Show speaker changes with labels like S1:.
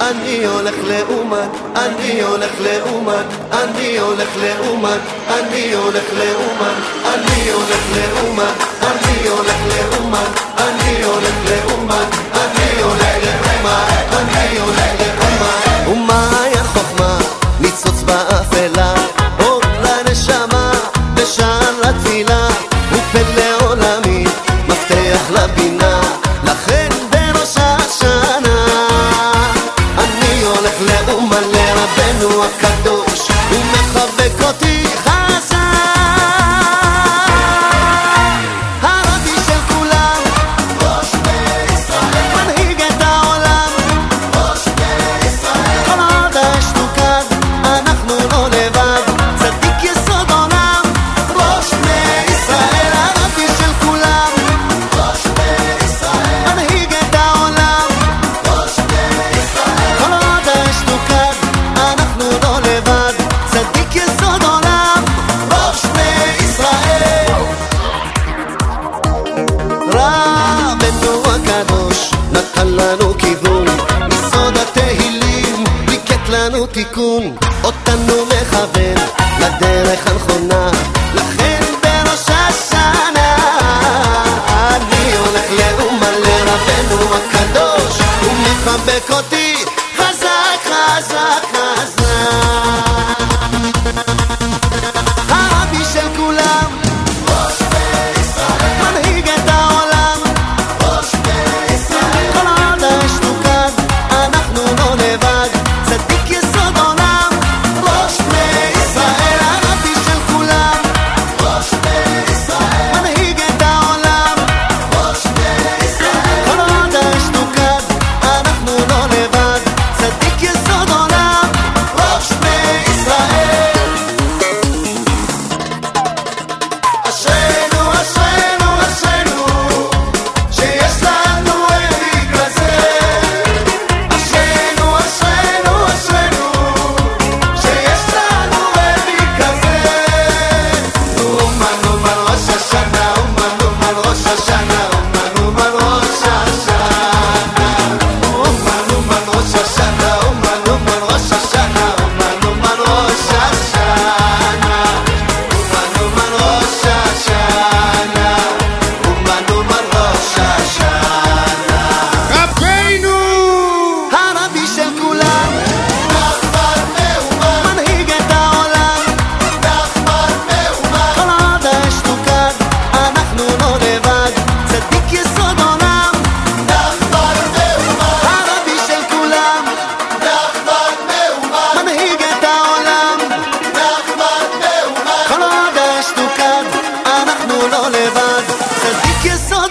S1: אני הולך לאומן, אני הולך לאומן, אני הולך לאומן, אני הולך לאומן, אני הולך לאומן, אני הולך לאומן, אני הולך לאומן, אני הולך לאומן, אני הולך לאומן. ומה היה חוכמה? ניצוץ באפלה, אור לנשמה, ושער לתפילה, ופלא עולמי, מפתח לבינה, לכן בראש השנה. אני הולך לאומן לרבנו הקדוש, הוא מחבק אותי חזק. הרבי של כולם, מנהיג את העולם, כל עוד האש תוקד, אנחנו לא לבד, צדיק יסוד עולם, ראש בני ישראל, הרבי של כולם, מנהיג את העולם, כל עוד האש תוקד, אנחנו לא לבד, צדיק יסוד עולם, ראש בני ישראל. רבנו הקדוש נתן לנו כיוון, מסוד התהילים ליקט לנו תיקון, אותנו מכוון לדרך הנכונה, לכן בראש השנה אני הולך לאומן לרבנו הקדוש, הוא מחבק אותי חזק חזק חזק. הרבי של כולם מנהיג את העולם. כל העולם השתוקד, אנחנו לא לבד. צדיק יסוד עולם, ראש בני ישראל, הרבי של כולם. מנהיג את העולם. כל העולם השתוקד, אנחנו לא לבד. צדיק יסוד עולם, ראש בני ישראל. אשרינו, אשרינו, אשרינו, שיש לנו אלי כזה. אשרינו, אשרינו, אשרינו, שיש לנו אלי כזה. אומן, אומן, ראש השנה, אומן, אומן, ראש השנה, אומן, אומן, ראש השנה. אומן, אומן, ראש השנה, אומן, אומן, ראש השנה, אומן, אומן, ראש השנה. אומן, אומן, ראש השנה. אומן, אומן, ראש השנה.
S2: רבנו!
S1: הרבי של כולם. מנהיג את העולם. כל עוד האש תוקד, אנחנו לא לבד. צדיק יסוד עולם. הרבי של כולם. מנהיג את העולם. כל עוד האש תוקד, אנחנו לא לבד. צדיק יסוד